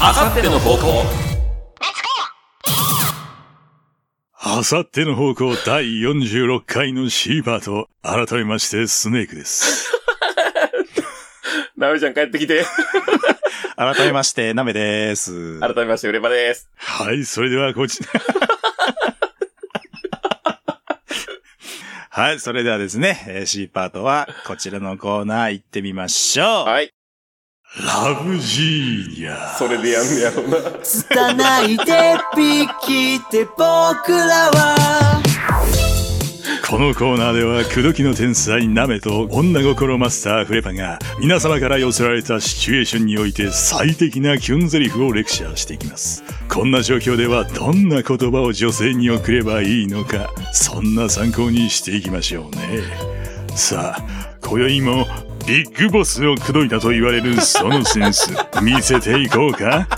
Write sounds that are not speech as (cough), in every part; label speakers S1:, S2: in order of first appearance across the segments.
S1: あさっての方向
S2: あさっての方向第46回のシーバーと、改めましてスネークです。
S1: なめちゃん帰ってきて。
S3: 改めまして、なめです。
S1: 改めまして、売れ場です。
S2: はい、それではこちら。
S3: (laughs) はい、それではですね、えー C パートはこちらのコーナー行ってみましょう。
S1: はい。
S2: ラブジーニア。
S1: それでやんねやろうな。
S4: 拙い鉄壁聞いて僕らは
S2: このコーナーでは、口説きの天才ナメと女心マスターフレパが、皆様から寄せられたシチュエーションにおいて最適なキュンゼリフをレクチャーしていきます。こんな状況では、どんな言葉を女性に送ればいいのか、そんな参考にしていきましょうね。さあ、今宵も、ビッグボスを口説いたと言われるそのセンス、見せていこうか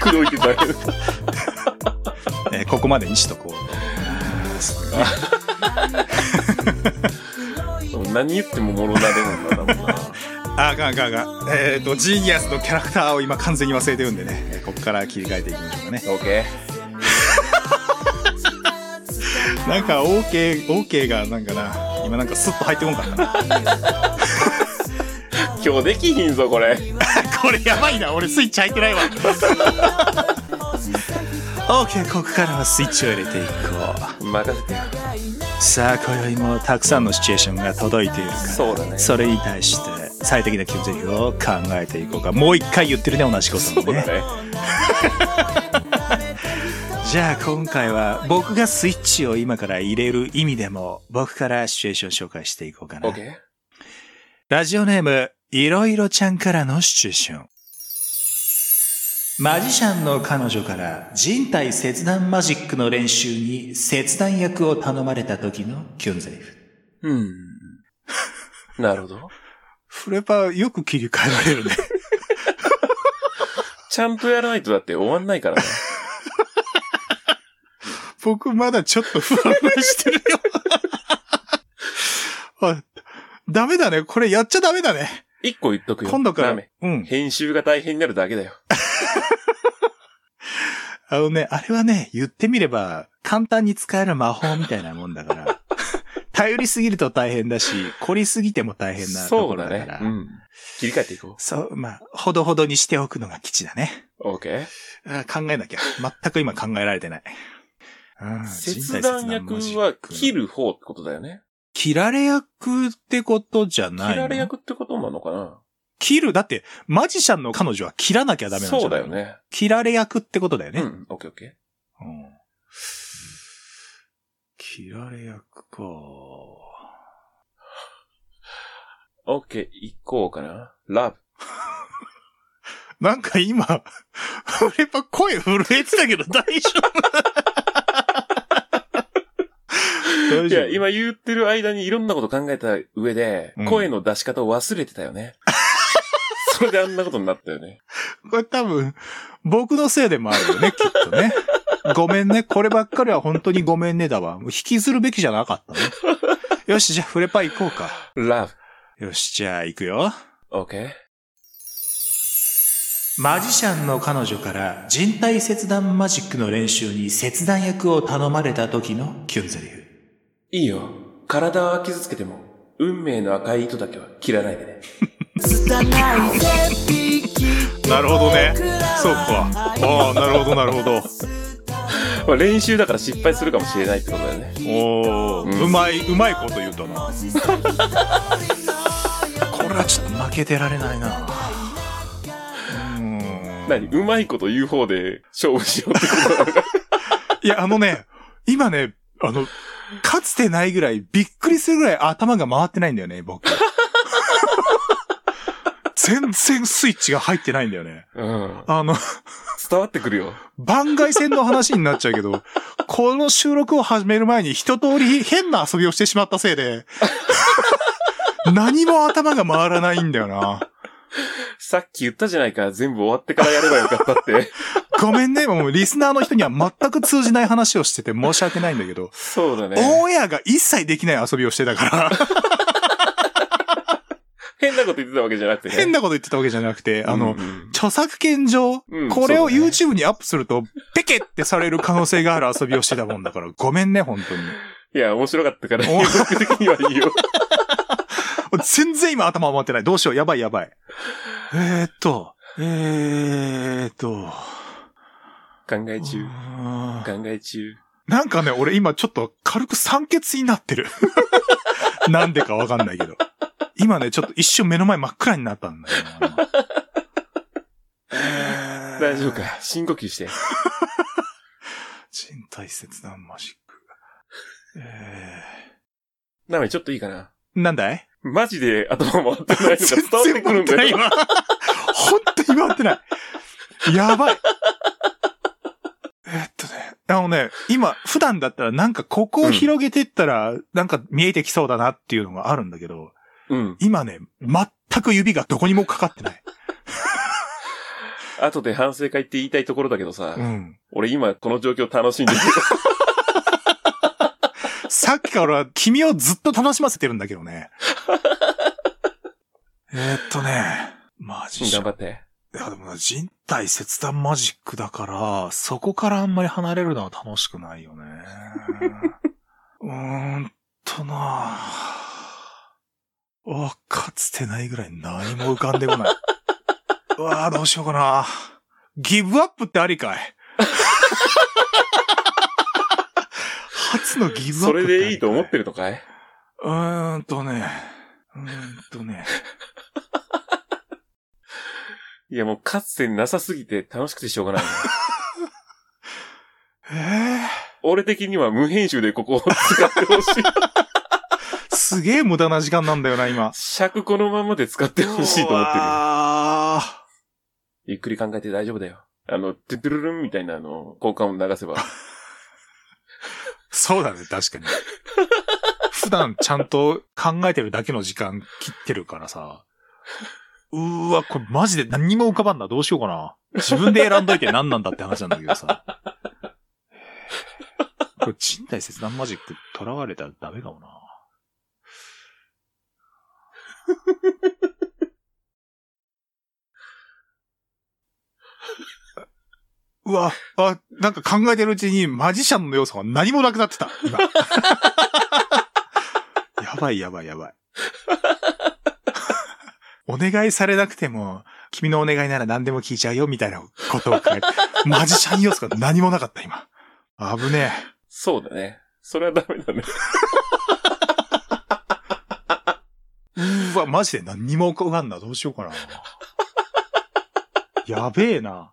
S1: 口説いてたけど。
S3: えーここまでにしとこう。
S1: 何言ってももろなれるんだな、もうな。
S3: あ、あかんあかんあかん。えっ、と、ジーニアスのキャラクターを今完全に忘れてるんでね、えーここから切り替えていきましょうかね。
S1: オッケ
S3: なんか OK、OK がなんかな、今なんかスッと入ってこんかったな。
S1: ー。今日できひんぞ、これ。
S3: (laughs) これやばいな、俺スイッチ入ってない (laughs) わ。OK、ここからはスイッチを入れていこう。
S1: 任せてよ。
S3: さあ、今宵もたくさんのシチュエーションが届いているから。
S1: そうだね。
S3: それに対して最適なキュンゼリフを考えていこうかもう一回言ってるね同じこと
S1: そ
S3: も
S1: う
S3: ね
S1: だね。
S3: じゃあ今回は僕がスイッチを今から入れる意味でも僕からシチュエーション紹介していこうか
S1: オ
S3: な
S1: ッケ
S3: ラジオネームいろいろちゃんからのシチュエーションマジシャンの彼女から人体切断マジックの練習に切断役を頼まれた時のキュンゼリフ
S1: ー。うん。なるほど。
S3: フレパよく切り替えられるね (laughs)
S1: ちゃんとやらないとだって終わんないからね。
S3: 僕まだちょっと不安してるよ。 (laughs) あ、ダメだね。これやっちゃダメだね。
S1: 一個言っとくよ。
S3: 今度か
S1: ダ
S3: ら
S1: メ。。
S3: うん。
S1: 編集が大変になるだけだよ。
S3: あのね、あれはね、言ってみれば、簡単に使える魔法みたいなもんだ
S1: (laughs)
S3: から。頼りすぎると大変だし、凝りすぎても大変なと
S1: そ
S3: こ
S1: う
S3: ろ
S1: だ
S3: だ
S1: ね
S3: から。。
S1: うん。切り替えていこ
S3: そう、まあ、ほどほどにしておくのが基地だね。
S1: う。オッケー。
S3: あ考えなきゃ。全く今考えられてない。うん
S1: 切断役は切。る方ってことだよね。
S3: 切られ役ってことじゃないの
S1: 切られ役ってことなのかな
S3: 切る、だって、マジシャンの彼女は切らなきゃダメなんじゃない
S1: そうだよ。ね。
S3: 切られ役ってことだよね。
S1: うん。オッケーオッケ
S3: うん切られ役か。
S1: ー。オッケー、行こうかな。ラブ。
S3: なんか今、俺やっぱ声震えてたけど大丈夫大
S1: い
S3: 丈夫
S1: や、今言ってる間にいろんなこと考えた上で、
S3: うん
S1: 声の出し方を忘れてたよ
S3: (laughs)
S1: ね。それであんなことになったよね。
S3: これ多分、僕のせいでもあるよね、きっと (laughs) ね。ごめんね。こればっかりは本当にごめんねだわ。もう引きずるべきじゃなかったね。よし、じゃあフレパ行こうか。
S1: ラ
S3: よし、じゃあ行くよ。
S1: ブ。オッケー。
S3: マジシャンの彼女から人体切断マジックの練習に切断役を頼まれた時のキュンゼリフ。
S1: いいよ。体は傷つけても、運命の赤い糸だけは切らないでね。
S4: 拙い鉄壁
S3: なるほどね。そうか。ああ、なるほど、なるほど。
S1: まあ、練習だから失敗するかもしれないってことだよね。
S3: おお、
S1: うん
S3: うまい、うまいこと言うた (laughs) な。これはちょっと負けてられないな。うーん
S1: 何うまいこと言う方で勝負しようってことなのか
S3: いや、あのね、今ね、あの、かつてないぐらい、びっくりするぐらい頭が回ってないんだよね、 (laughs) 僕。全然スイッチが入ってないんだよね。
S1: うん。
S3: あの、
S1: 伝わってくるよ。
S3: 番外線の話になっちゃう
S1: (laughs)
S3: けど、この収録を始める前に一通り変な遊びをしてしまったせいで、
S1: (laughs)
S3: 何も頭が回らないんだよな。
S1: さっき言ったじゃないか、全部終わってからやればよかったって。
S3: ごめんね、もうリスナーの人には全く通じない話をしてて申し訳ないんだけど、
S1: そうだね。
S3: オンエアが一切できない遊びをしてたから、
S1: 変なこと言ってたわけじゃなくてね。
S3: 変なこと言ってたわけじゃなくて、あの、
S1: うんうん
S3: 著作権上、
S1: うん
S3: これを
S1: そうだね
S3: YouTube にアップすると、ペケってされる可能性がある遊びをしてたもんだから、ごめんね、本当に。
S1: いや、面白かったから、
S3: お
S1: 僕的にはいいよ。
S3: 全然今頭回ってない。どうしよう。やばいやばい。えー、っと、えー、っと、
S1: 考え中。
S3: あー
S1: 考え中。
S3: なんかね、俺今ちょっと軽く酸欠になってる。 (laughs) なんでかわかんないけど。今ね、ちょっと一瞬目の前真っ暗になったんだよな。えー
S1: (laughs) 大丈夫か。深呼吸して。
S3: 人体切断マジック。え
S1: なめ、ちょっといいかな。
S3: ー、なんだい
S1: マジで頭回ってないのが伝わってくるんだよ。
S3: 今。本当に回ってない。やばい。えーっとね、あのね、今、普段だったらなんかここを広げてったら、なんか見えてきそうだなっていうのがあるんだけど、
S1: うん。
S3: 今ね、全く指がどこにもかかってない。
S1: 後で反省会って言いたいところだけどさ、
S3: うん。
S1: 俺今この状況楽しんでる。
S3: さっきから君をずっと楽しませてるんだけどね。えーっとね、マジシャ
S1: 頑張って。
S3: いや、でもな人体切断マジックだから、そこからあんまり離れるのは楽しくない
S1: (laughs)
S3: よね。うーんとなぁ。わ、かつてないぐらい何も浮かん
S1: (laughs)
S3: でこない。うわぁ、どうしようかなギブアップってありかい初のギブアッ
S1: そ
S3: プってありかい
S1: れでいいと思ってるのかいう
S3: ーんとね。うーんとね。
S1: いや、もうかつてなさすぎて楽しくてしょうがない。
S3: えー、
S1: 俺的には無編集でここを使ってほ
S3: (laughs)
S1: しい。
S3: すげえ無駄な時間なんだよな、今。
S1: 尺このままで使ってほしいと思ってるよ。
S3: あ
S1: ゆっくり考えて大丈夫だよ。あの、トゥトゥルルンみたいなあの、効果音流せば。
S3: そうだね、確かに。普段ちゃんと考えてるだけの時間切ってるからさ。うーわ、これマジで何にも浮かばんだ。どうしようかな。自分で選んどいて何なんだって話なんだけどさ。これ人体切断マジック囚われたらダメかもな。うわ、あ、なんか考えてるうちにマジシャンの要素が何もなくなってた。 (laughs) 今やばいやばいやばい。お願いされなくても、君のお願いなら何でも聞いちゃうよ、みたいなことを考えて。マジシャン要素が何もなかった、今。危ね
S1: (laughs) そうだね。それはダメだね。
S3: え。うーわ、マジで何にも浮かんだ。どうしようかな。やべえ
S1: (laughs)
S3: な。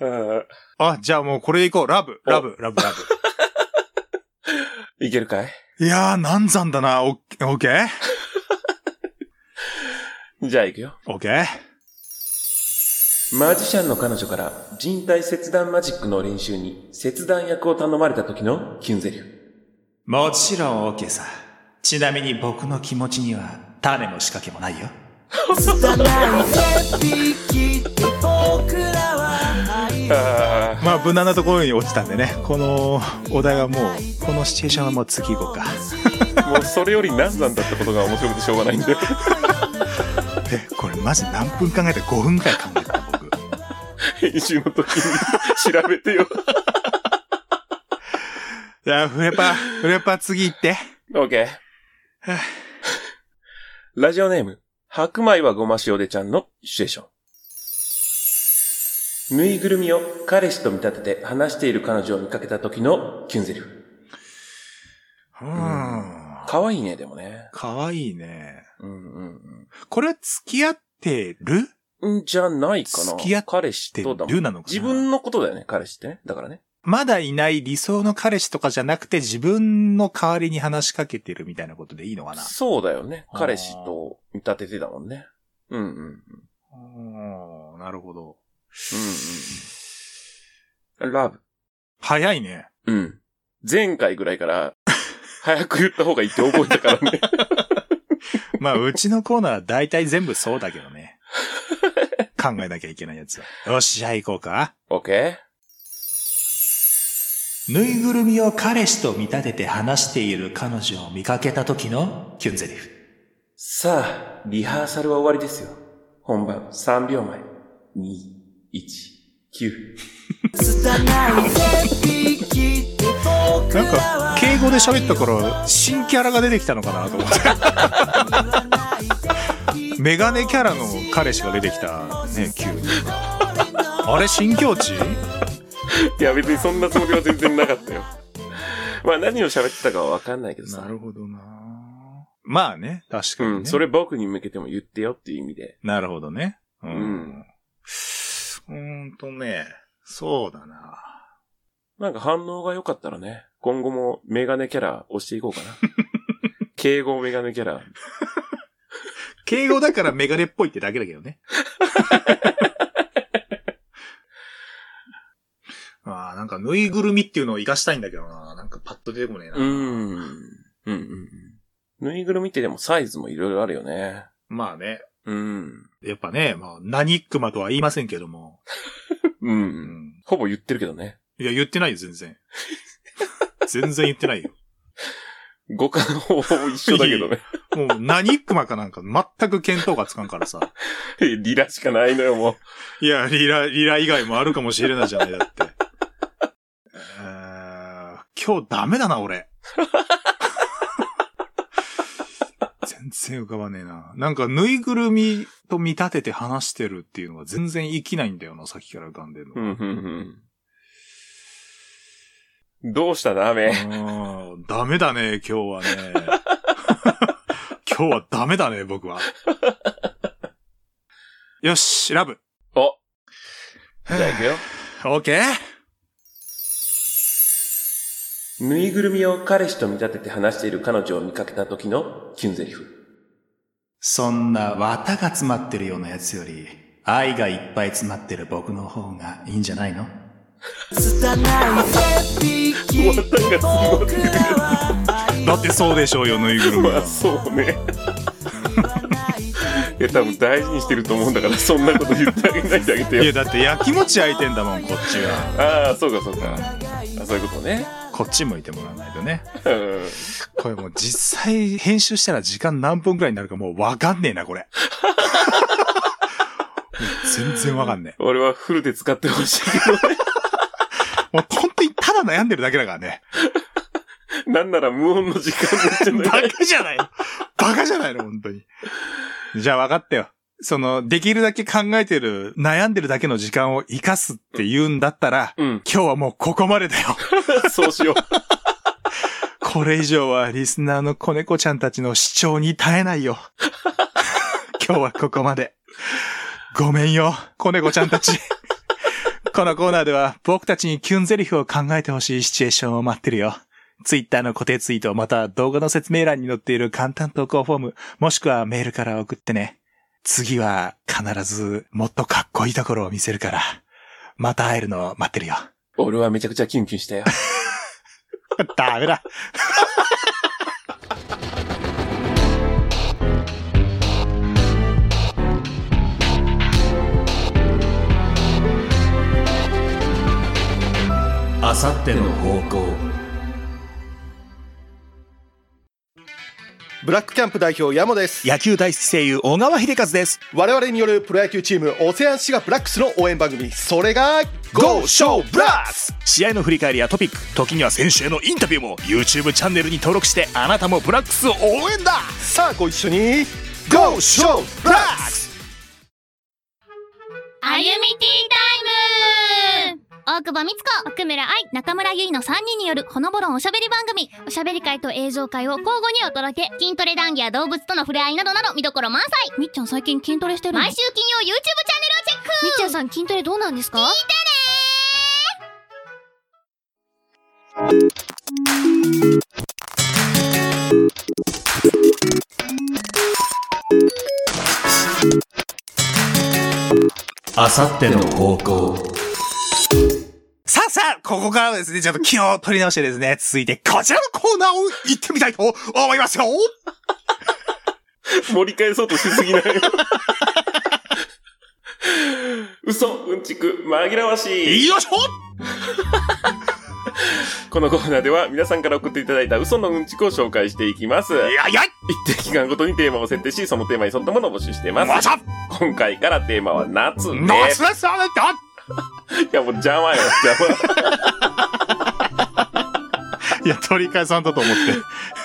S1: あー
S3: あ、じゃあもうこれでいこう。ラブ、ラブ、ラブ、ラ
S1: いけるかい
S3: ブ。いやー、難産だな。オッケーオッケー
S1: じゃあ行くよ。
S3: オッケー
S1: マジシャンの彼女から人体切断マジックの練習に切断役を頼まれた時のキュンゼリフ。
S3: もちろん OK さ。ちなみに僕の気持ちには種も仕掛けもないよ。
S4: 拙い鉄壁で僕らは愛を
S1: あ
S3: まあ無難なところに落ちたんでね、このお題はもう、このシチュエーションはもう次行こうか。
S1: あ、もうそれより難産だったことが面白くてしょうがないん (laughs) だよ。
S3: え、これマジ何分考えた ?5 分くらい考えた僕。 (laughs)
S1: 編集の時に調べてよ。
S3: じゃあフレパ、フレパ次行って。
S1: OK。ラジオネーム、白米はごま塩でちゃんのシチュエーション。ぬいぐるみを彼氏と見立てて話している彼女を見かけた時のキュンゼリフ。
S3: うーん。か
S1: 可愛いね、でもね。
S3: かわいいね。
S1: うんうん
S3: これは付き合ってる
S1: うん。んじゃないかな。
S3: 付き合って
S1: 彼氏
S3: って
S1: とだもん
S3: るなのかな
S1: 自分のことだよね、彼氏ってね。だからね。
S3: まだいない理想の彼氏とかじゃなくて自分の代わりに話しかけてるみたいなことでいいのかな
S1: そうだよね。
S3: あー
S1: 彼氏と見立ててたもんね。うんうん。うん
S3: うーん、なるほど。
S1: うん。ラブ。
S3: 早いね。
S1: うん。前回ぐらいから、早く言った方がいいって覚えたからね。
S3: ま (laughs) あ、うちのコーナーは大体全部そうだけどね。考えなきゃいけないやつは。よし、じゃあ行こうか。
S1: オッケ
S3: ぬいぐるみを彼氏と見立てて話している彼女を見かけた時のキュンゼリフ。
S1: さあ、リハーサルは終わりですよ。本番3秒前。2、1、9。
S3: なんか、敬語で喋ったから、新キャラが出てきたのかなと思 (laughs) って。メガネキャラの彼氏が出てきたね、急 (laughs) に。あれ、新境地
S1: (laughs) いや、別にそんなつもりは全然なかったよ。 (laughs) まあ何を喋ってたかはわかんないけどさ。
S3: ほどなまあね、確か
S1: う
S3: に、ね
S1: ん、それ僕に向けても言ってよっていう意味で。
S3: なるほどね。う
S1: うん。
S3: うーんとね、そうだな。
S1: なんか反応が良かったらね、今後もメガネキャラ押していこうか (laughs) な。敬語メガネキャラ。
S3: 敬語だからメガネっぽいってだけだけどね。 (laughs) ああ、なんかぬいぐるみっていうのを活かしたいんだけどな。なんかパッと出てこねえな。
S1: うん。うんうん。ぬいぐるみってでもサイズもいろいろあるよね。
S3: まあね。
S1: うん。
S3: やっぱね、まあ、何クマとは言いませんけども。
S1: う。
S3: うんん。
S1: ほぼ言ってるけどね。
S3: いや、言ってないよ、
S1: (laughs)
S3: 全然。全然言ってないよ。
S1: 語感ほぼ一緒だけどね。
S3: もう、何クマかなんか全く見当がつかんからさ。
S1: (laughs) リラしかないのよ、もう。
S3: いや、リラ、リラ以外もあるかもしれないじゃない、だって。えー今日ダメだな、俺。全然浮かばねえな。なんか、ぬいぐるみと見立てて話してるっていうのが全然生きないんだよな、さっきから浮かんでるの。
S1: うん、うん、うん。どうしたダメ
S3: うんダメだね、今日はね。 (laughs) 今日はダメだね、僕は。よし、ラブ。
S1: おじゃあ行くよ。
S3: オッケー
S1: ぬいぐるみを彼氏と見立てて話している彼女を見かけた時のキュンゼリフ。
S5: そんな綿が詰まってるようなやつより、愛がいっぱい詰まってる僕の方がいいんじゃないの
S3: (laughs) だってそうでしょうよ、ぬいぐるみは。
S1: そうね。いや、多分大事にしてると思うんだから、そんなこと言ってあげないであげて
S3: い
S1: よ。
S3: や、だってやきもち焼いてんだもん、こっちは。
S1: ああ、そうかそうか。あそういうことね。
S3: こっち向いてもらわないとね。
S1: うん
S3: これもう実際編集したら時間何分くらいになるかもうわかんねえな、これ。もう全然わかんね
S1: 俺はフルで使ってほしいけど (laughs) ね。
S3: え。もう本当にただ悩んでるだけだからね。
S1: なんなら無音の時間になっち
S3: バ
S1: ゃう。
S3: カじゃないのバカじゃないの、本当に。じゃあわかったよ。その、できるだけ考えてる、悩んでるだけの時間を活かすって言うんだったら、
S1: うん、
S3: 今日はもうここまでだよ。
S1: そうしよう。
S3: これ以上はリスナーの子猫ちゃんたちの主張に耐えないよ。 (laughs) 今日はここまで。ごめんよ、子猫ちゃんたち。 (laughs) このコーナーでは僕たちにキュンゼリフを考えてほしいシチュエーションを待ってるよ。ツイッターの固定ツイートまたは動画の説明欄に載っている簡単投稿フォーム、もしくはメールから送ってね。次は必ずもっとかっこいいところを見せるから、また会えるのを待ってるよ。
S1: 俺はめちゃくちゃキュンキュンしたよ。
S3: ダメだ。
S5: あさっての方向。
S6: ブラックキャンプ代表ヤモです
S3: 野球大好き声優小川秀和です。
S6: 我々によるプロ野球チームオセアンシガブラックスの応援番組それが GO!
S3: Show Blast! 試合の振り返りやトピック時には選手へのインタビューも YouTube チャンネルに登録してあなたもブラックスを応援だ
S6: さあご一緒に GO! Show Blast!
S7: あゆみティータイム大久保美津子、奥村愛、中村ゆいの3人によるほのぼろんおしゃべり番組。おしゃべり会と映像会を交互にお届け。筋トレ談義や動物との触れ合いなどなど見どころ満載。みっちゃん最近筋トレしてる毎週金曜 YouTube チャンネルをチェックみっちゃんさん筋トレどうなんですか聞いてね
S5: あさっての方向。
S3: さあさあ、ここからはですね、ちょっと気を取り直してですね、続いてこちらのコーナーを行ってみたいと思いますよ
S1: 盛り返そうとし (laughs) すぎない。嘘、うんちく、紛らわしい。
S3: よいしょ
S1: このコーナーでは皆さんから送っていただいた嘘のうんちくを紹介していきます。
S3: いやいや
S1: 一定期間ごとにテーマを設定し、そのテーマに沿ったものを募集していま。
S3: ますた
S1: 今回からテーマは夏で
S3: ナ
S1: す。
S3: スレスアメだ
S1: いや、もう邪 (laughs) 魔よ、邪魔。
S3: いや、取り返さんだと思っ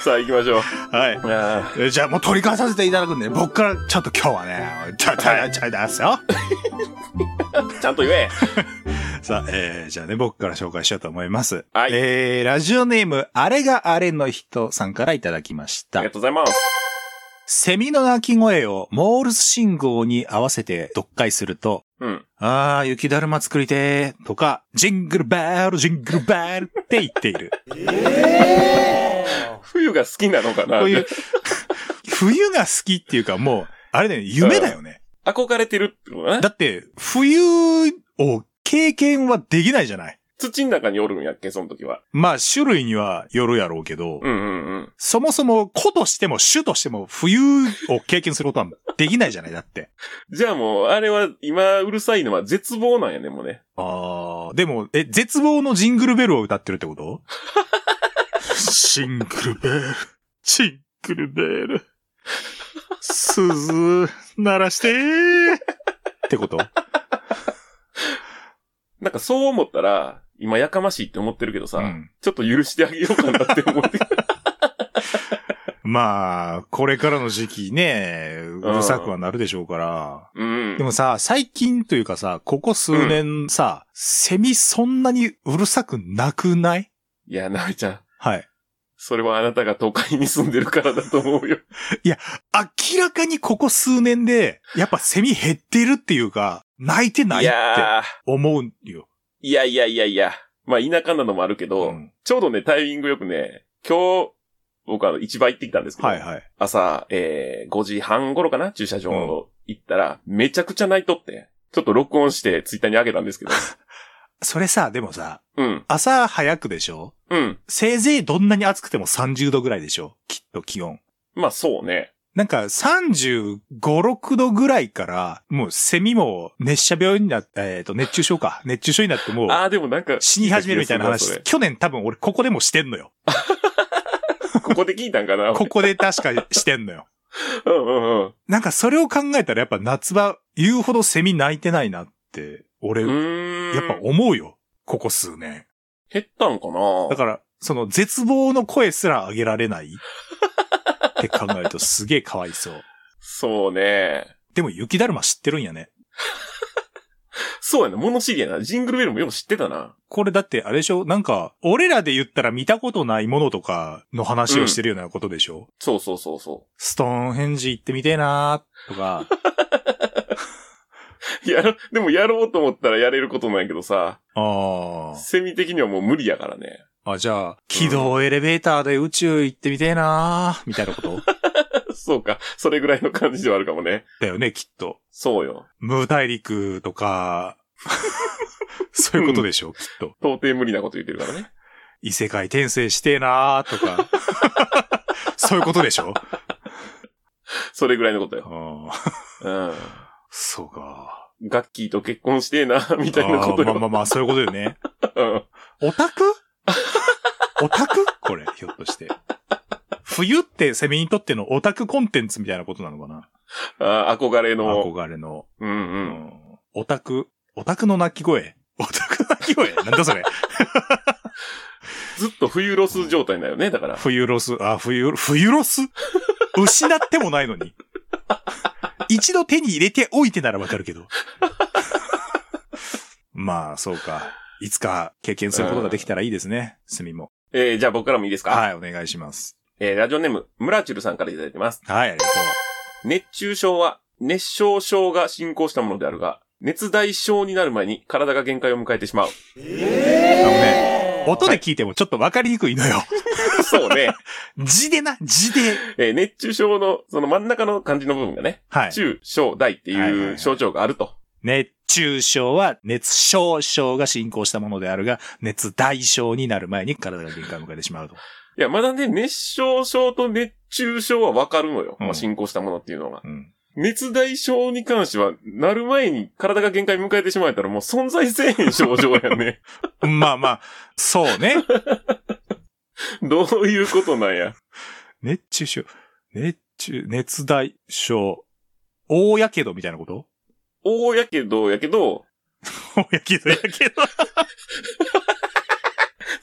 S1: さあ行きましょう。
S3: て。はい。
S1: あ
S3: えじゃあもう取り返させていただくんで、僕からちょっと今日はね、ちゃちゃちゃ出すよ。
S1: ーちゃんと言え。
S3: さあ、えーじゃあね、僕から紹介しようと思います。
S1: はい
S3: えー、ラジオネーム、あれがあれの人さんからいただきまし
S1: あ
S3: た
S1: りが。とうございます。
S3: セミの鳴き声をモールス信号に合わせて (laughs) 読解すると、
S1: うん。
S3: あー、雪だるま作りてーとか、ジングルベル、ジングルベルって言って
S1: (laughs)
S3: いる。
S1: 冬が好きなのかな
S3: こういう、冬が好きっていうかもう、あれだよね、夢だよね。
S1: 憧れてるってことね。
S3: だって、冬を経験はできないじゃない。
S1: 土の中におるんやっけ、その時は。
S3: まあ、種類にはよるやろうけ
S1: う
S3: ど、
S1: んうんうん。
S3: そもそも子としても種としても冬を経験することはできないじゃない、だ (laughs) って。
S1: じゃあもう、あれは、今、うるさいのは絶望なんやね、もうね。
S3: ああ、でも、え、絶望のジングルベルを歌ってるってことシングルベル、シングルベル、鈴鳴らしてーってこと
S1: なんかそう思ったら、今やかましいって思ってるけどさ、
S3: うん
S1: ちょっと許してあげようかなって思
S3: (laughs)
S1: って。
S3: まあ、これからの時期ね、うるさくはなるでしょうから、
S1: うん
S3: で。もさ、最近というかさ、ここ数年さ、セミそんなにうるさくなくない
S1: いや、なべちゃん、
S3: はい。
S1: それはあなたが都会に住んでるからだと思うよ。
S3: 明らかにここ数年で、やっぱセミ減ってるっていうか、泣いて (laughs) ない
S1: い
S3: って
S1: やー、
S3: 思うよ。
S1: いやいやいやいや。まあ、田舎なのもあるけ
S3: う
S1: ど、
S3: ん。
S1: ちょうどね、タイミングよくね、今日、僕は市場行ってきたんですけど、
S3: はいはい。
S1: 朝、えー、5時半頃かな駐車場行ったら、めちゃくちゃ泣いとって、ちょっと録音してツイッターに上げたんですけ
S3: (laughs)
S1: ど。
S3: それさ、でもさ、
S1: うん、
S3: 朝早くでしょ
S1: うん。
S3: せいぜいどんなに暑くても30度ぐらいでしょきっと気温。
S1: まあ、そうね。
S3: なんか35、6度ぐらいから、もうセミも熱射病になって、えっ、と、熱中症か。熱中症になってもう、
S1: ああ、でもなんか、
S3: 死に始めるみたいな
S1: それ
S3: 話、去年多分俺ここでもしてんのよ。
S1: (laughs) ここで聞いたんかな
S3: (laughs) ここで確かしてんのよ。
S1: うんうんうん。
S3: なんかそれを考えたらやっぱ夏場言うほどセミ鳴いてないなって、俺、
S1: う
S3: やっ
S1: ーん。
S3: ぱ思うよ。ここ数年。
S1: 減ったんかな
S3: だから、その絶望の声すら上げら
S1: (laughs)
S3: れないって考えるとすげえかわいそう。
S1: そうね。
S3: でも雪だるま知ってるんやね。
S1: そうやな、物知りやな。ジングルベルもよく知ってたな。
S3: これだってあれでしょなんか、俺らで言ったら見たことないものとかの話をしてるようなことでしょ、
S1: そうそうそうそ
S3: ストーンヘンジ行ってみてえなーと
S1: (laughs)
S3: か、
S1: う。やる、でもやろうと思ったらやれることなんやけどさ、
S3: ああ。
S1: セミ的にはもう無理やからね。 (laughs)
S3: あ、じゃあ、軌道エレベーターで宇宙行ってみてえなーみたいなこと
S1: (laughs) そうか、それぐらいの感じではあるかもね。
S3: だよね、きっと。
S1: そうよ。
S3: 無大陸とか、 (laughs) そういうことでしょう、きっと。
S1: 到底無理なこと言ってるからね。
S3: 異世界転生してえなーとか。 (laughs) そういうことでしょ
S1: それぐらいのことよ。
S3: あー
S1: う
S3: そうか。
S1: ん。ガッキーと結婚してえな、みたいなこと
S3: あーまあまあ
S1: よ。
S3: まあ、そういうことよね。
S1: (laughs) うん
S3: オタクオタクこれ、ひょっとして。冬ってセミにとってのオタクコンテンツみたいなことなのかな
S1: あー憧れの。
S3: 憧れの。
S1: うんうん。
S3: オタク、オタクの鳴き声。オタクの鳴き声なんだそれ。
S1: ずっと冬ロス状態だよね、だから。
S3: 冬ロス、あ、冬、冬ロス失ってもないのに。一度手に入れておいてならわかるけど。 (laughs) まあ、そうか。いつか経験することができたらいいですね。セミも。
S1: えー、じゃあ僕からもいいですか
S3: はい、お願いします。
S1: えー、ラジオネーム、ムラチュルさんからいただいてます。
S3: はい、ありがと
S1: 熱中症は、熱傷症が進行したものであるが、熱大症になる前に体が限界を迎えてしまう。
S3: う。あのね、音で聞いてもちょっとわかりにくいのよ。
S1: そう
S3: (laughs)
S1: ね。
S3: 字でな、字で。
S1: えー熱中症の、その真ん中の漢字の部分がね、
S3: はい。
S1: 中、小、大って
S3: はいはい
S1: い
S3: は
S1: う
S3: い
S1: 症状があると。
S3: 熱中症は熱症症が進行したものであるが、熱大症になる前に体が限界を迎えてしまうと。
S1: いや、まだね、熱傷症と熱中症はわかるのよ。
S3: うん
S1: まあ、進行したものっていうのが。
S3: うん。
S1: 熱大症に関しては、なる前に体が限界迎えてしまえたらもう存在せえへん症状やね。
S3: まあまあ、そうね。
S1: (laughs) どういうことなんや。
S3: 熱中症。熱中、熱大症。大やけどみたいなこと
S1: 大やけどやけど、
S3: 大やけどやけど。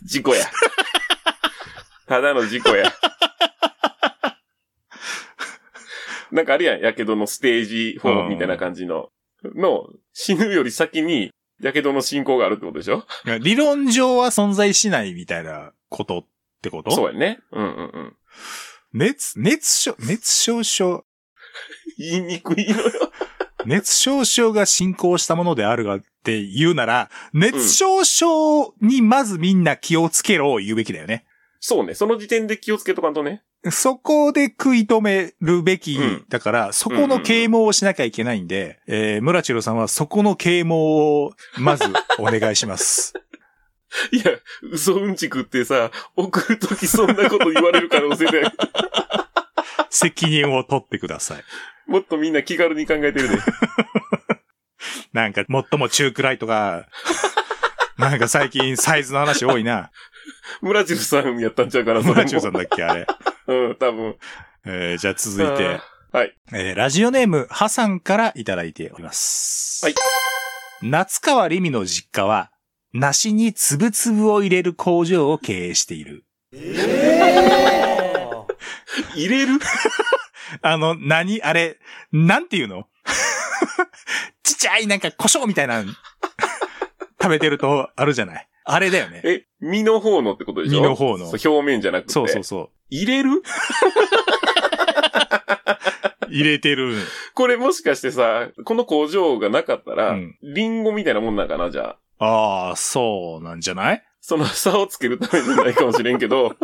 S1: 事故や。ただの事故や。なんかあるやん、やけどのステージ4みたいな感じの、の、死ぬより先に、やけどの進行があるってことでしょ
S3: (laughs) 理論上は存在しないみたいなことってこと
S1: そうやね。うんうんうん。
S3: 熱、熱症、熱症症、
S1: 言いにくいのよ。
S3: 熱症症が進行したものであるがって言うなら、熱症症にまずみんな気をつけろを言うべきだよね。
S1: そうね、その時点で気をつけとかんとね。
S3: そこで食い止めるべき
S1: うん
S3: だから、そこの啓蒙をしなきゃいけないんで、えー、村千代さんはそこの啓蒙をまずお願いし
S1: (laughs)
S3: ます。
S1: いや、嘘うんちくってさ、送るときそんなこと言われる可能性
S3: (laughs)
S1: で、
S3: 責任を取ってください。
S1: もっとみんな気軽に考えてるで。
S3: なんか、最も中くらいと
S1: (laughs)
S3: か、なんか最近サイズの話多い
S1: (laughs)
S3: な。
S1: 村中さんやったんちゃうかな、それも
S3: 村千代さんだっけあれ。
S1: うん、多分。
S3: えー、じゃあ続いて。
S1: あー。はい。
S3: えーラジオネーム、ハさんからいただいております。
S1: はい。
S3: 夏川りみの実家は、梨につぶつぶを入れる工場を経営している。
S1: 入れる
S3: あの、何あれ、なんていうの (laughs) ちっちゃいなんか胡椒みたいなの (laughs) 食べてるとあるじゃない。あれだよね。
S1: え、身の方のってことでしょ
S3: 身の方の
S1: そう表面じゃなくて。
S3: そうそうそう。
S1: 入れる
S3: 入れてる。
S1: これもしかしてさ、この工場がなかったら、
S3: うん
S1: リンゴみたいなもんなんかな、じゃあ。
S3: ああ、そうなんじゃない
S1: その差をつけるためじゃないかもしれんけ
S3: (laughs)
S1: ど、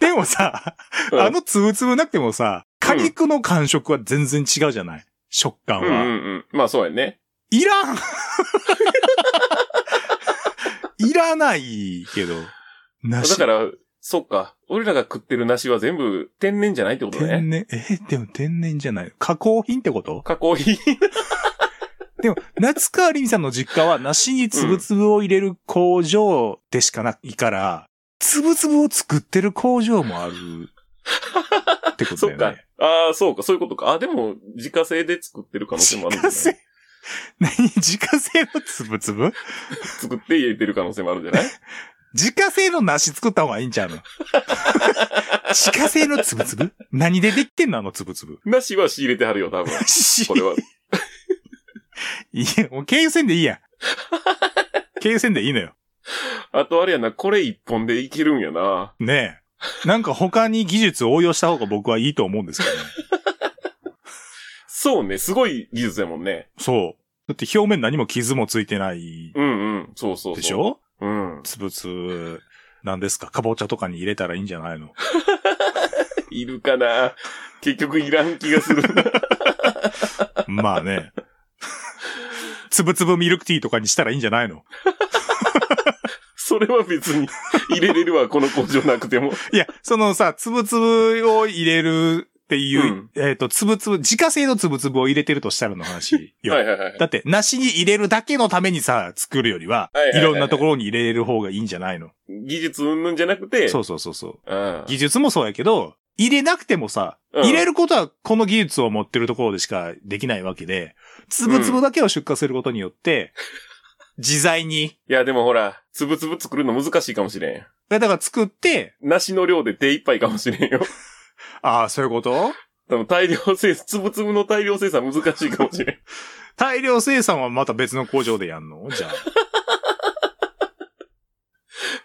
S3: でもさ、
S1: うん
S3: あのつぶつぶなくてもさ、果肉の感触は全然違うじゃない食感
S1: うんう
S3: は。
S1: んうん。まあそうやね。
S3: いらん (laughs) いらないけど。梨
S1: だから、そっか。俺らが食ってる梨は全部天然じゃないってことね。
S3: 天然、え、でも天然じゃない。加工品ってこと
S1: 加工品。
S3: でも、夏川りみさんの実家は梨につぶつぶを入れる工場でしかないから、つぶつぶを作ってる工場もあるってこと
S1: そっ
S3: だよ
S1: か
S3: ね。。
S1: ああ、そうか、そういうことか。あ、でも、自家製で作ってる可能性もあるんじゃ
S3: 自家
S1: ない
S3: 製、何自家製のつぶつぶ
S1: 作って入れてる可能性もあるんじゃない
S3: 自家製の梨作った方がいいんちゃ
S1: (laughs)
S3: うの自家製のつぶつぶ何でできてんのあのつぶつぶ。
S1: 梨は仕入れてはるよ、多分。
S3: し
S1: これ
S3: (laughs)
S1: は。
S3: いや、もう経由線でいいや。経由線でいいのよ。
S1: あとあれやな、これ一本でいけるんやな。
S3: ねえ。なんか他に技術を応用した方が僕はいいと思うんですけどね。
S1: そうね、すごい技術やもんね。
S3: そう。だって表面何も傷もついてない
S1: うんうん、そうそうそう。
S3: でしょ
S1: うん。
S3: つぶつぶ、なんですかかぼちゃとかに入れたらいいんじゃないの (laughs)
S1: いるかな結局いらん気がする。 (laughs)
S3: まあね。 (laughs) つぶつぶミルクティーとかにしたらいいんじゃないの
S1: それは別に入れれるわ、この工場なくても。
S3: いや、そのさ、つぶつぶを入れるっていう、えっ、と、つぶつぶ、自家製のつぶつぶを入れてるとしたらの話よ。
S1: はいはいはい。
S3: だって、梨に入れるだけのためにさ、作るよりは、
S1: はいはいはいい
S3: ろんなところに入れる方がいいんじゃないの
S1: 技術うんぬんじゃなくて、
S3: そうそうそうそう。
S1: うん。
S3: 技術もそうやけど、入れなくてもさ、
S1: うん
S3: 入れることはこの技術を持ってるところでしかできないわけで、つぶつぶだけを出荷することによって、自在に、
S1: いや、でもほら、つぶつぶ作るの難しいかもしれん。
S3: だから作って、
S1: 梨の量で手一杯かもしれんよ。
S3: ああ、そういうこと
S1: 多分大量生産、つぶつぶの大量生産難しいかもしれん。
S3: 大量生産はまた別の工場でやんの
S1: (laughs)
S3: じゃあ。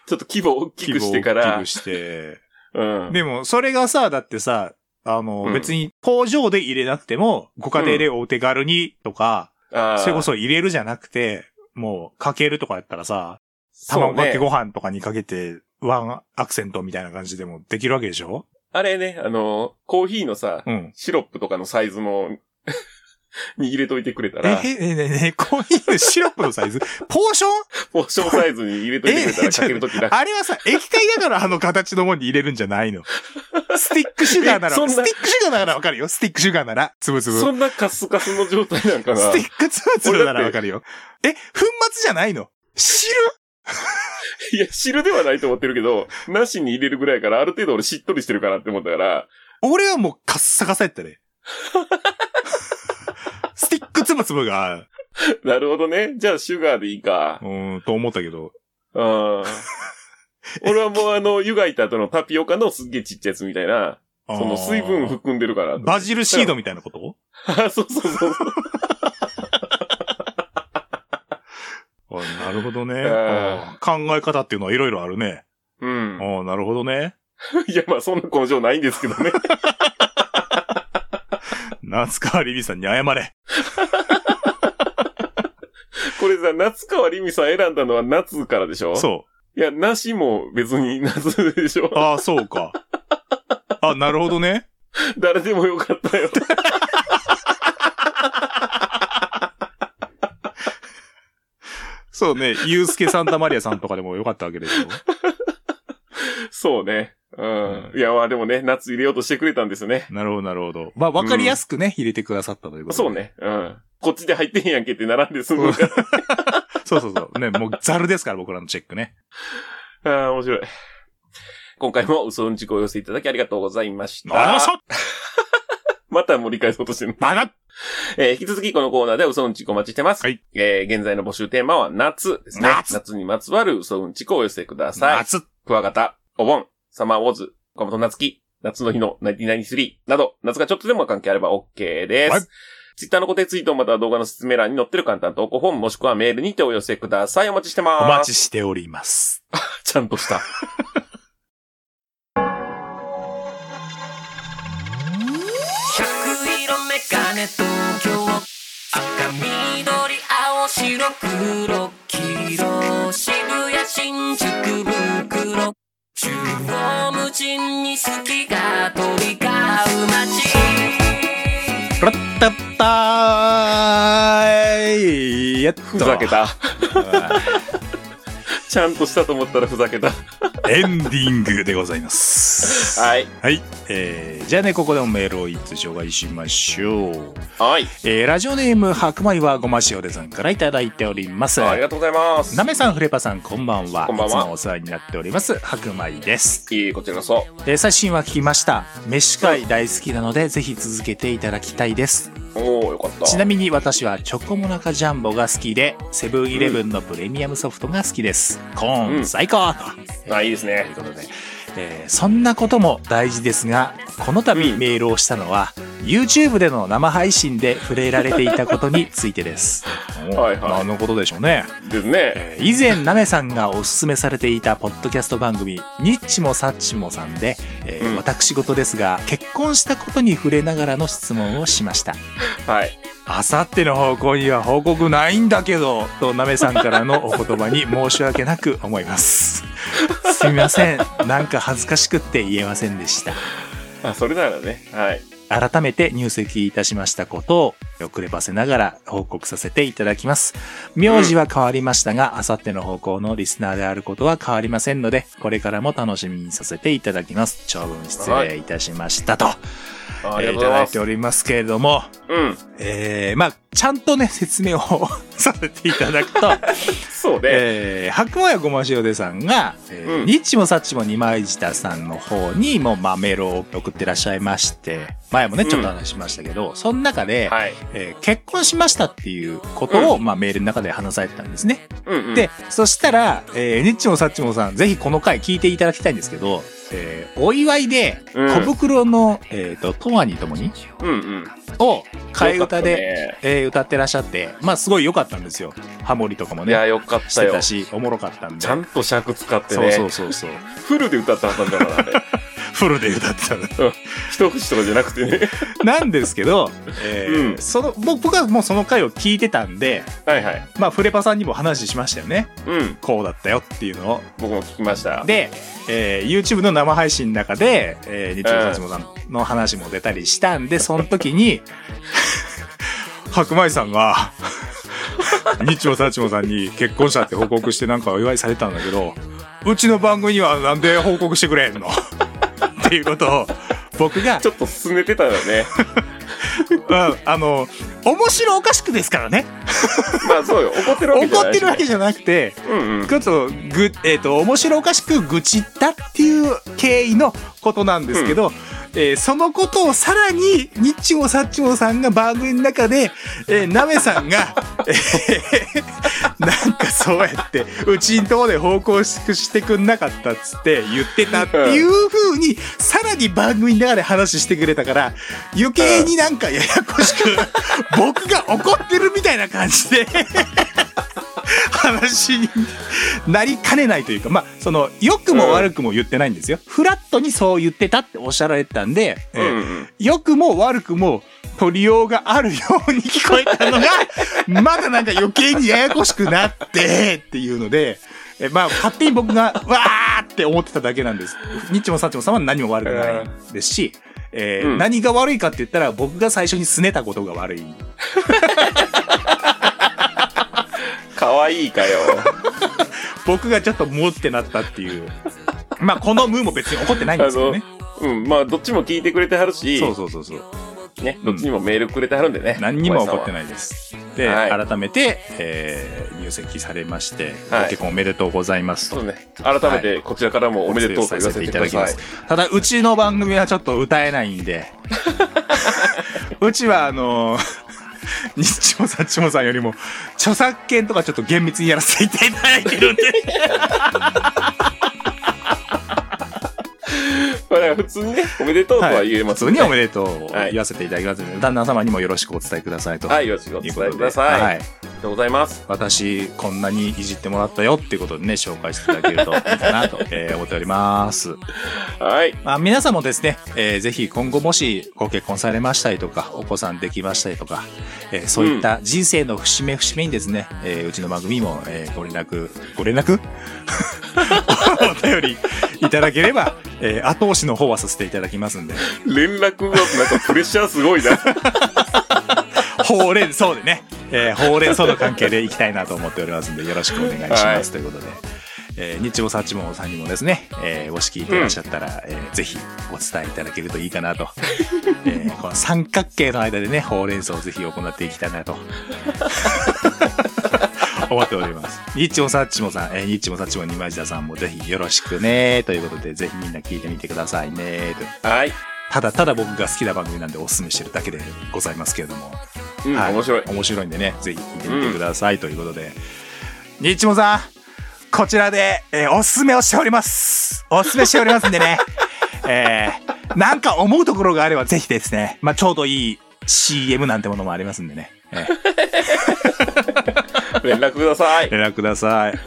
S1: ちょっと規模を大きくしてか
S3: 規模
S1: ら
S3: を大きく。して。
S1: うん。
S3: でも、それがさ、だってさ、あの、
S1: うん
S3: 別に工場で入れなくても、ご家庭でお手軽にとか、
S1: あー
S3: それこそ入れるじゃなくて、もうかけるとかやったらさ、
S1: そう
S3: 卵か
S1: ね
S3: けご飯とかにかけて、ワンアクセントみたいな感じでもできるわけでしょ
S1: あれね、あの、コーヒーのさ、
S3: うん。
S1: シロップとかのサイズの (laughs) 握れといてくれた
S3: え、
S1: ら、
S3: え、え、え、こういうシロップのサイズポーション
S1: ポーションサイズに入れといてくれたら
S3: え
S1: かけるとき楽。
S3: あれはさ、液体だからあの形のもんに入れるんじゃないの。 (laughs) スティックシュガーな
S1: え
S3: ら、
S1: そんな
S3: スティックシュガーならわかるよ。スティックシュガーなら、つぶつぶ。
S1: そんなカスカスの状態なんかな
S3: スティックつぶつぶならわかるよ。え、粉末じゃないの汁
S1: いや、汁ではないと思ってるけど、なしに入れるぐらいから、ある程度俺しっとりしてるかなって思ったから、
S3: 俺はもうカッサカサやった (laughs) ね。スティックつぶつぶが、
S1: なるほどね。じゃあ、シュガーでいいか
S3: う。ーん、と思ったけど。
S1: うん。
S3: (laughs)
S1: 俺はもうあの、湯がいた後のタピオカのすっげえちっちゃいやつみたいな、
S3: あー
S1: その水分含んでるから。
S3: バジルシードみたいなこと
S1: あ (laughs) そうそうそうそう。
S3: あなるほどね。
S1: あ
S3: あー考え方っていうのはいろいろあるね。
S1: うん。
S3: ああ、なるほどね。
S1: いや、まあ、そんな根性ないんですけどね。
S3: 夏川リリーさんに謝れ。
S1: これさ、夏川りみさん選んだのは夏からでしょ。
S3: そう
S1: いや、なしも別に (laughs) 夏でしょ
S3: う。ああ、そうか。あなるほどね。
S1: 誰でもよかったよ。
S3: そうね。ユうスケ・サンタマリアさんとかでもよかったわけですよ。
S1: (laughs) そうね。うん。いや、まあでもね、夏入れようとしてくれたんですね。
S3: なるほど、なるほど。まあ、わかりやすくね、入れてくださったということで
S1: そうね。うん。こっちで入ってへんやんけって並んで済むから。
S3: そうそうそう。ね、もうザルですから、僕らのチェックね。
S1: (laughs) ああ、面白い。今回も嘘うんちくをお寄せいただきありがとうございました。
S3: あらそ
S1: また盛り返そうとしてる。
S3: バカ
S1: えー引き続きこのコーナーで嘘うんちくお待ちしてます。
S3: はい
S1: えー現在の募集テーマは夏ですね。
S3: 夏
S1: にまつわる嘘うんちくをお寄せください。
S3: 夏
S1: クワガタ、お盆、サマーウォーズ、岡本夏樹、夏の日の1993など、夏がちょっとでも関係あれば OK です。
S3: はい
S1: ツイッターの固定ツイートまたは動画の説明欄に載ってる簡単投稿フォームもしくはメールにてお寄せください。お待ちしてます。
S3: お待ちしております。
S1: ちゃんと (laughs) した。
S4: 百色メガネ東京赤緑青白黒黄色渋谷新宿袋中央無尽に好きが飛び交う街
S3: プラッタッターやっと。
S1: ふざけ
S3: (laughs)
S1: た。ちゃんとしたと思ったらふざけた。
S3: エンディングでございます。
S1: はい。
S3: はい。えー、じゃあね、ここでもメールを一通紹介しましょう。
S1: はい。
S3: えー、ラジオネーム、白米はごま塩でさんからいただいております。
S1: ありがとうございます。
S3: なめさん、フレパさん、こんばんは。
S1: こんばんはい
S3: つもお世話になっております。白米です。
S1: いいこちらこそ。
S3: えー、最新は聞きました。飯会大好きなので、ぜひ続けていただきたいです。
S1: おー、よかった。
S3: ちなみに私はチョコモナカジャンボが好きでセブンイレブンのプレミアムソフトが好きです、コー
S1: うん
S3: ン最高、
S1: あ、いいです
S3: とい
S1: ね
S3: う。ことで、えーそんなことも大事ですがこの度
S1: うん
S3: メールをしたのは、YouTube での生配信で触れられていたことについてです
S1: (laughs) はいはい
S3: 何のことでしょうね
S1: ですね。
S3: えー以前なめさんがおすすめされていたポッドキャスト番組「ニッチもサッチも」さんで、えー
S1: うん
S3: 私事ですが結婚したことに触れながらの質問をしました
S1: はい。
S3: あさっての方向には報告ないんだけどとなめさんからのお言葉に申し訳なく思いますすみませんなんか恥ずかしくって言えませんでした
S1: あ、それならね。はい。
S3: 改めて入籍いたしましたことを遅ればせながら報告させていただきます名字は変わりましたがあさっての方向のリスナーであることは変わりませんのでこれからも楽しみにさせていただきます長文失礼いたしましたと、
S1: あありがと
S3: えーい
S1: うござい
S3: ただ
S1: ま
S3: いて
S1: す。
S3: おりますけれども
S1: うん。
S3: えー、まあちゃんとね説明をさせていただく
S1: (laughs)
S3: と、
S1: そうね。
S3: えー、白米はごま塩でさんが、えー
S1: うん
S3: ニッチもサッチも二枚舌さんの方にも、まあ、メールを送ってらっしゃいまして前もねちょっと話しましたけど、その中で、
S1: はい。
S3: えー結婚しましたっていうことを、まあ、メールの中で話されてたんですね。
S1: うん、うん。
S3: で、そしたら、えーニッチもサッチもさんぜひこの回聞いていただきたいんですけど、えーお祝いで
S1: うん
S3: 小袋の「えー、ととわにともに
S1: うんうん。」
S3: を替え
S1: よかった
S3: 歌で、
S1: ね
S3: えー歌ってらっしゃってまあすごい良かったんですよハモリとかも
S1: いや、
S3: ね
S1: よかっ
S3: したて
S1: よ
S3: た。しおもろかったんで
S1: ちゃんと尺使って
S3: そう
S1: ね。
S3: そうそうそう
S1: フルで歌ったはずなんだから、あれ。
S3: (laughs) フルで歌ってたの
S1: 一節とかじゃなくてね。
S3: (laughs) なんですけど、えー
S1: うん
S3: その僕僕はもうその回を聞いてたんで
S1: はいはい。
S3: まあフレパさんにも話しましたよね
S1: うん。
S3: こうだったよっていうのを
S1: 僕も聞きました。
S3: で、えー YouTube の生配信の中で、
S1: (laughs)
S3: えー、日曜さんちもさんの話も出たりしたんでその時に白米さんがニッチもサッチもさんに結婚したって報告してなんかお祝いされたんだけどうちの番組にはなんで報告してく
S1: (laughs)
S3: れへんのっていうことを僕が
S1: ちょっと進めてたよ
S3: (laughs)
S1: ね。
S3: うんあの面白おかしくですからね
S1: まあそうよ。怒ってるわけじゃ
S3: 怒
S1: な
S3: っ
S1: い
S3: て
S1: し
S3: るわけじゃなくて
S1: うんうん。
S3: ちょっとぐ、えー、と面白おかしく愚痴ったっていう経緯のことなんですけど、えーそのことをさらにニッチもサッチもさんが番組の中で、えー、ナメさんが、 (laughs) えー (laughs) なんかそうやってうちんとこで報告してくんなかったっつって言ってたっていう風にさらに番組の中で話してくれたから余計になんかややこしく
S1: (laughs)
S3: 僕が怒ってるみたいな感じで。話になりかねないというかまあその良くも悪くも言ってないんですよ、フラットにそう言ってたっておっしゃられてたんで、え
S1: う
S3: ー
S1: んうん。
S3: 良くも悪くも取りようがあるように聞こえた
S1: (laughs)
S3: のがまだなんか余計にややこしくなってっていうので。えーまあ、勝手に僕が、わーって思ってただけなんです。ニッチもサッチもさんは何も悪くないですし、えー
S1: うん
S3: 何が悪いかって言ったら、僕が最初に拗ねたことが悪い。
S1: かわいいかよ。
S3: (laughs) 僕がちょっともうってなったっていうまあこのムーも別に怒ってないんですけどね
S1: うん。まあどっちも聞いてくれてはるし、
S3: そうそうそうそう
S1: ね、どっちにもメールくれてはるんでね。
S3: 何にも怒って
S1: い。
S3: ないですで、
S1: はい
S3: 改めて、えー入籍されまして、
S1: はい
S3: ご結婚おめでとうございます
S1: そ
S3: と
S1: うね。改めてこちらからもおめでとうと言わせていただきます。
S3: ただうちの番組はちょっと歌えない
S1: (laughs)
S3: んでうちはあのー (laughs) ニッチもサッチもさんよりも著作権とかちょっと厳密にやらせていただいてるんで
S1: (laughs) まあだから普通にね、おめでとうと (laughs) は言えます
S3: 普
S1: よね
S3: 通におめでとうを
S1: はい
S3: 言わせていただきますので、旦那様にもよろしくお伝えくださいと
S1: はい、よろしくお
S3: とい
S1: 伝
S3: うこと
S1: え
S3: で
S1: ください。あ
S3: は
S1: り
S3: い、
S1: がとうございます。
S3: 私こんなにいじってもらったよっていうことでね紹介していただけるといいかなと、えー思っております、
S1: はい。
S3: まあ、皆さんもですね、えーぜひ今後もしご結婚されましたりとかお子さんできましたりとか、えーそういった人生の節目節目にですね、うえーうちの番組も、えーご連絡ご連絡 (laughs) お便りいただければ、えー後押しの方はさせていただきますんで
S1: 連絡がなんかプレッシャーすごいな。
S3: ほうれん草でね、えーほうれん草の関係でいきたいなと思っておりますんでよろしくお願いします、
S1: はい
S3: ということで、えー、日もさちもさんにもですね、えーもし聞いていらっしゃったら、えーぜひお伝えいただけるといいかなと、えーこの三角形の間でねほうれん草をぜひ行っていきたいなと (laughs) 思っております。ニッチもサッチもさん、えー、ニッチもサッチも二枚舌さんもぜひよろしくねということで、ぜひみんな聞いてみてくださいねと。
S1: はい。
S3: ただただ僕が好きな番組なんでお勧めしてるだけでございますけれども。
S1: うん、
S3: はい
S1: 面白い。
S3: 面白いんでねぜひ聞いてみてください、ということでニッチモさんこちらで、えーおすすめをしておりますおすすめしておりますんで
S1: (laughs)
S3: ねえーなんか思うところがあればぜひですねまあちょうどいい CM なんてものもありますんでね、え
S1: (laughs) 連絡ください
S3: ー。連絡くだ
S1: (laughs)
S3: さい、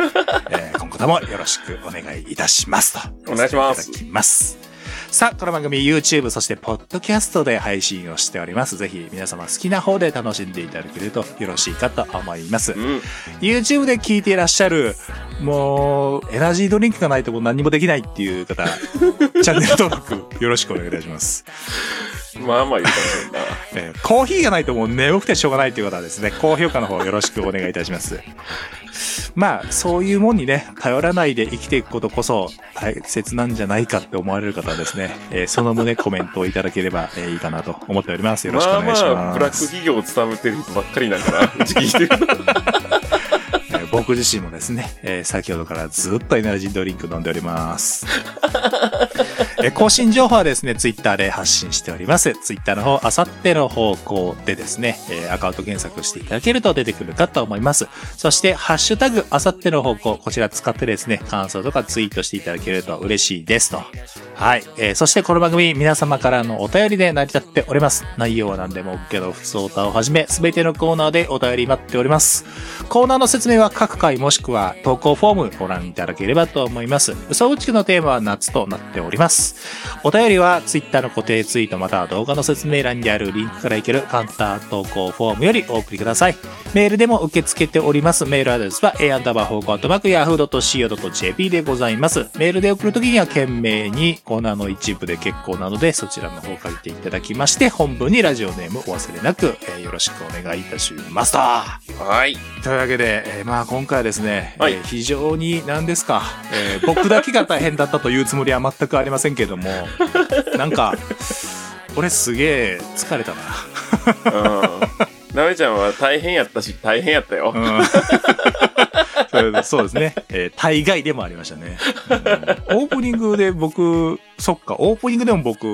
S3: えー今後ともよろしくお願いいたしますと
S1: お願いします
S3: ただきますさあ、この番組 YouTube、そして Podcast で配信をしております。ぜひ皆様好きな方で楽しんでいただけるとよろしいかと思います
S1: う。ん。
S3: YouTube で聞いていらっしゃる、もう、エナジードリンクがないともう何もできないっていう方、 (laughs) チャンネル登録よろしくお願いいたします。
S1: まあまあ言うかもしれんな。
S3: えーコーヒーがないともう眠くてしょうがないという方はですね、高評価の方よろしくお願いいたします。まあ、そういうもんにね、頼らないで生きていくことこそ大切なんじゃないかって思われる方はですね、えーその旨コメントをいただければ、えーいいかなと思っております。よろしくお
S1: まあ
S3: 願いします。
S1: まあ、ブラック企業を務めてる人ばっかりなんか
S3: (laughs)
S1: な。うち聞いてる。
S3: えー僕自身もですね、えー先ほどからずっとエナジードリンク飲んでおります。えー更新情報はですね、ツイッターで発信しております。ツイッターの方、あさっての方向でですね、えーアカウント検索していただけると出てくるかと思います。そして、ハッシュタグ、あさっての方向、こちら使ってですね、感想とかツイートしていただけると嬉しいですと。はい。えーそしてこの番組、皆様からのお便りで成り立っております。内容は何でも OK の普通歌をはじめ、すべてのコーナーでお便り待っております。コーナーの説明は各回もしくは投稿フォームご覧いただければと思います。嘘打ちのテーマは夏となっております。お便りは Twitter の固定ツイートまたは動画の説明欄にあるリンクからいける簡単投稿フォームよりお送りください。メールでも受け付けております。メールアドレスは a アンダーバー方向アットマーク yahoo.co.jp でございます。メールで送るときには懸命にコーナーの一部で結構なので、そちらの方を借りていただきまして、本文にラジオネームお忘れなく、えーよろしくお願いいたしますと。
S1: はい。
S3: というわけで、えーまあ今回はですね、
S1: はい
S3: えー非常に何ですか、えー僕だけが大変だったというつもりは全くありませんけ
S1: (laughs)
S3: ども、なんか、俺すげえ疲れたな。
S1: うん。なめちゃんは大変やったし、大変やったよ。
S3: うん (laughs) そうですね。えー大概でもありましたね。うんオープニングで僕、そっか、オープニングでも僕、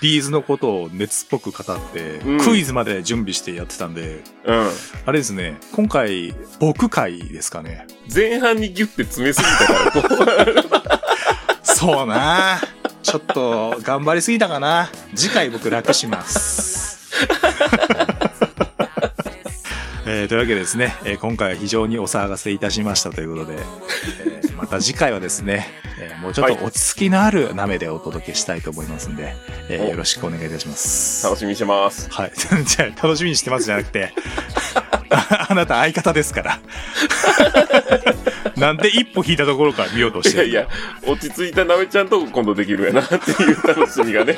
S3: ビーズのことを熱っぽく語って、
S1: うん
S3: クイズまで準備してやってたんで、
S1: うん。
S3: あれですね、今回、僕会ですかね。
S1: 前半にギュッて詰めすぎたから、こう
S3: そうなちょっと、頑張りすぎたかな。次回僕楽します。えーというわけでですね、えー今回は非常にお騒がせいたしましたということで、えーまた次回はですね、えーもうちょっ
S1: は
S3: と
S1: い
S3: 落ち着きのあるなめでお届けしたいと思いますんで、えー
S1: お
S3: よろしくお願いいたします。
S1: 楽しみにしてます。
S3: はい。 (laughs) じゃあ、楽しみにしてますじゃなくて、 (laughs) ああなた相方で
S1: (laughs)
S3: すから。なんで一歩引いたところから見ようとし
S1: い
S3: て
S1: や
S3: る
S1: いや、落ち着いたなめちゃんと今度できるやなっていう楽しみ
S3: (laughs)
S1: がね。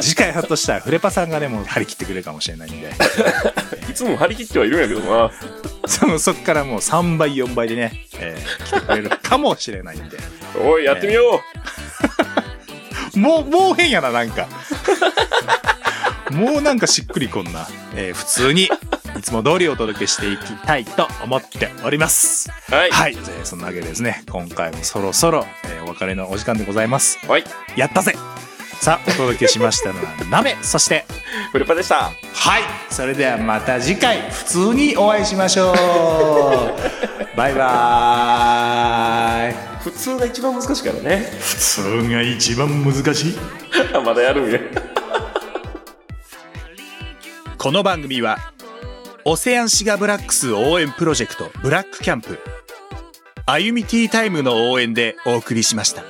S3: 次回ひょっとしたらフレパさんがねもう張り切ってくれるかもしれないんで
S1: いつも張り切ってはいるんやけどな。
S3: そのそっからもう3倍4倍でね、えー来てくれるかもしれないんで
S1: おい、やってみよ
S3: もうもう変やななんかもうなんかしっくりこんな、えー普通にいつも通りお届けしていきたいと思っております
S1: うはい。
S3: はい、じゃあそんなわけでですね今回もそろそろ、えーお別れのお時間でございます
S1: はい。
S3: やったぜさあお届けしましたのはなめそして
S1: フレパでした。
S3: はいそれではまた次回普通にお会いしましょ
S8: (laughs)
S3: うバイバーイ
S1: 普通が一番難しいからね。 (laughs)
S8: それが一番難しい
S1: まだやるんや。
S3: この番組はオセアンシガブラックス応援プロジェクトブラックキャンプ歩みティータイムの応援でお送りしました。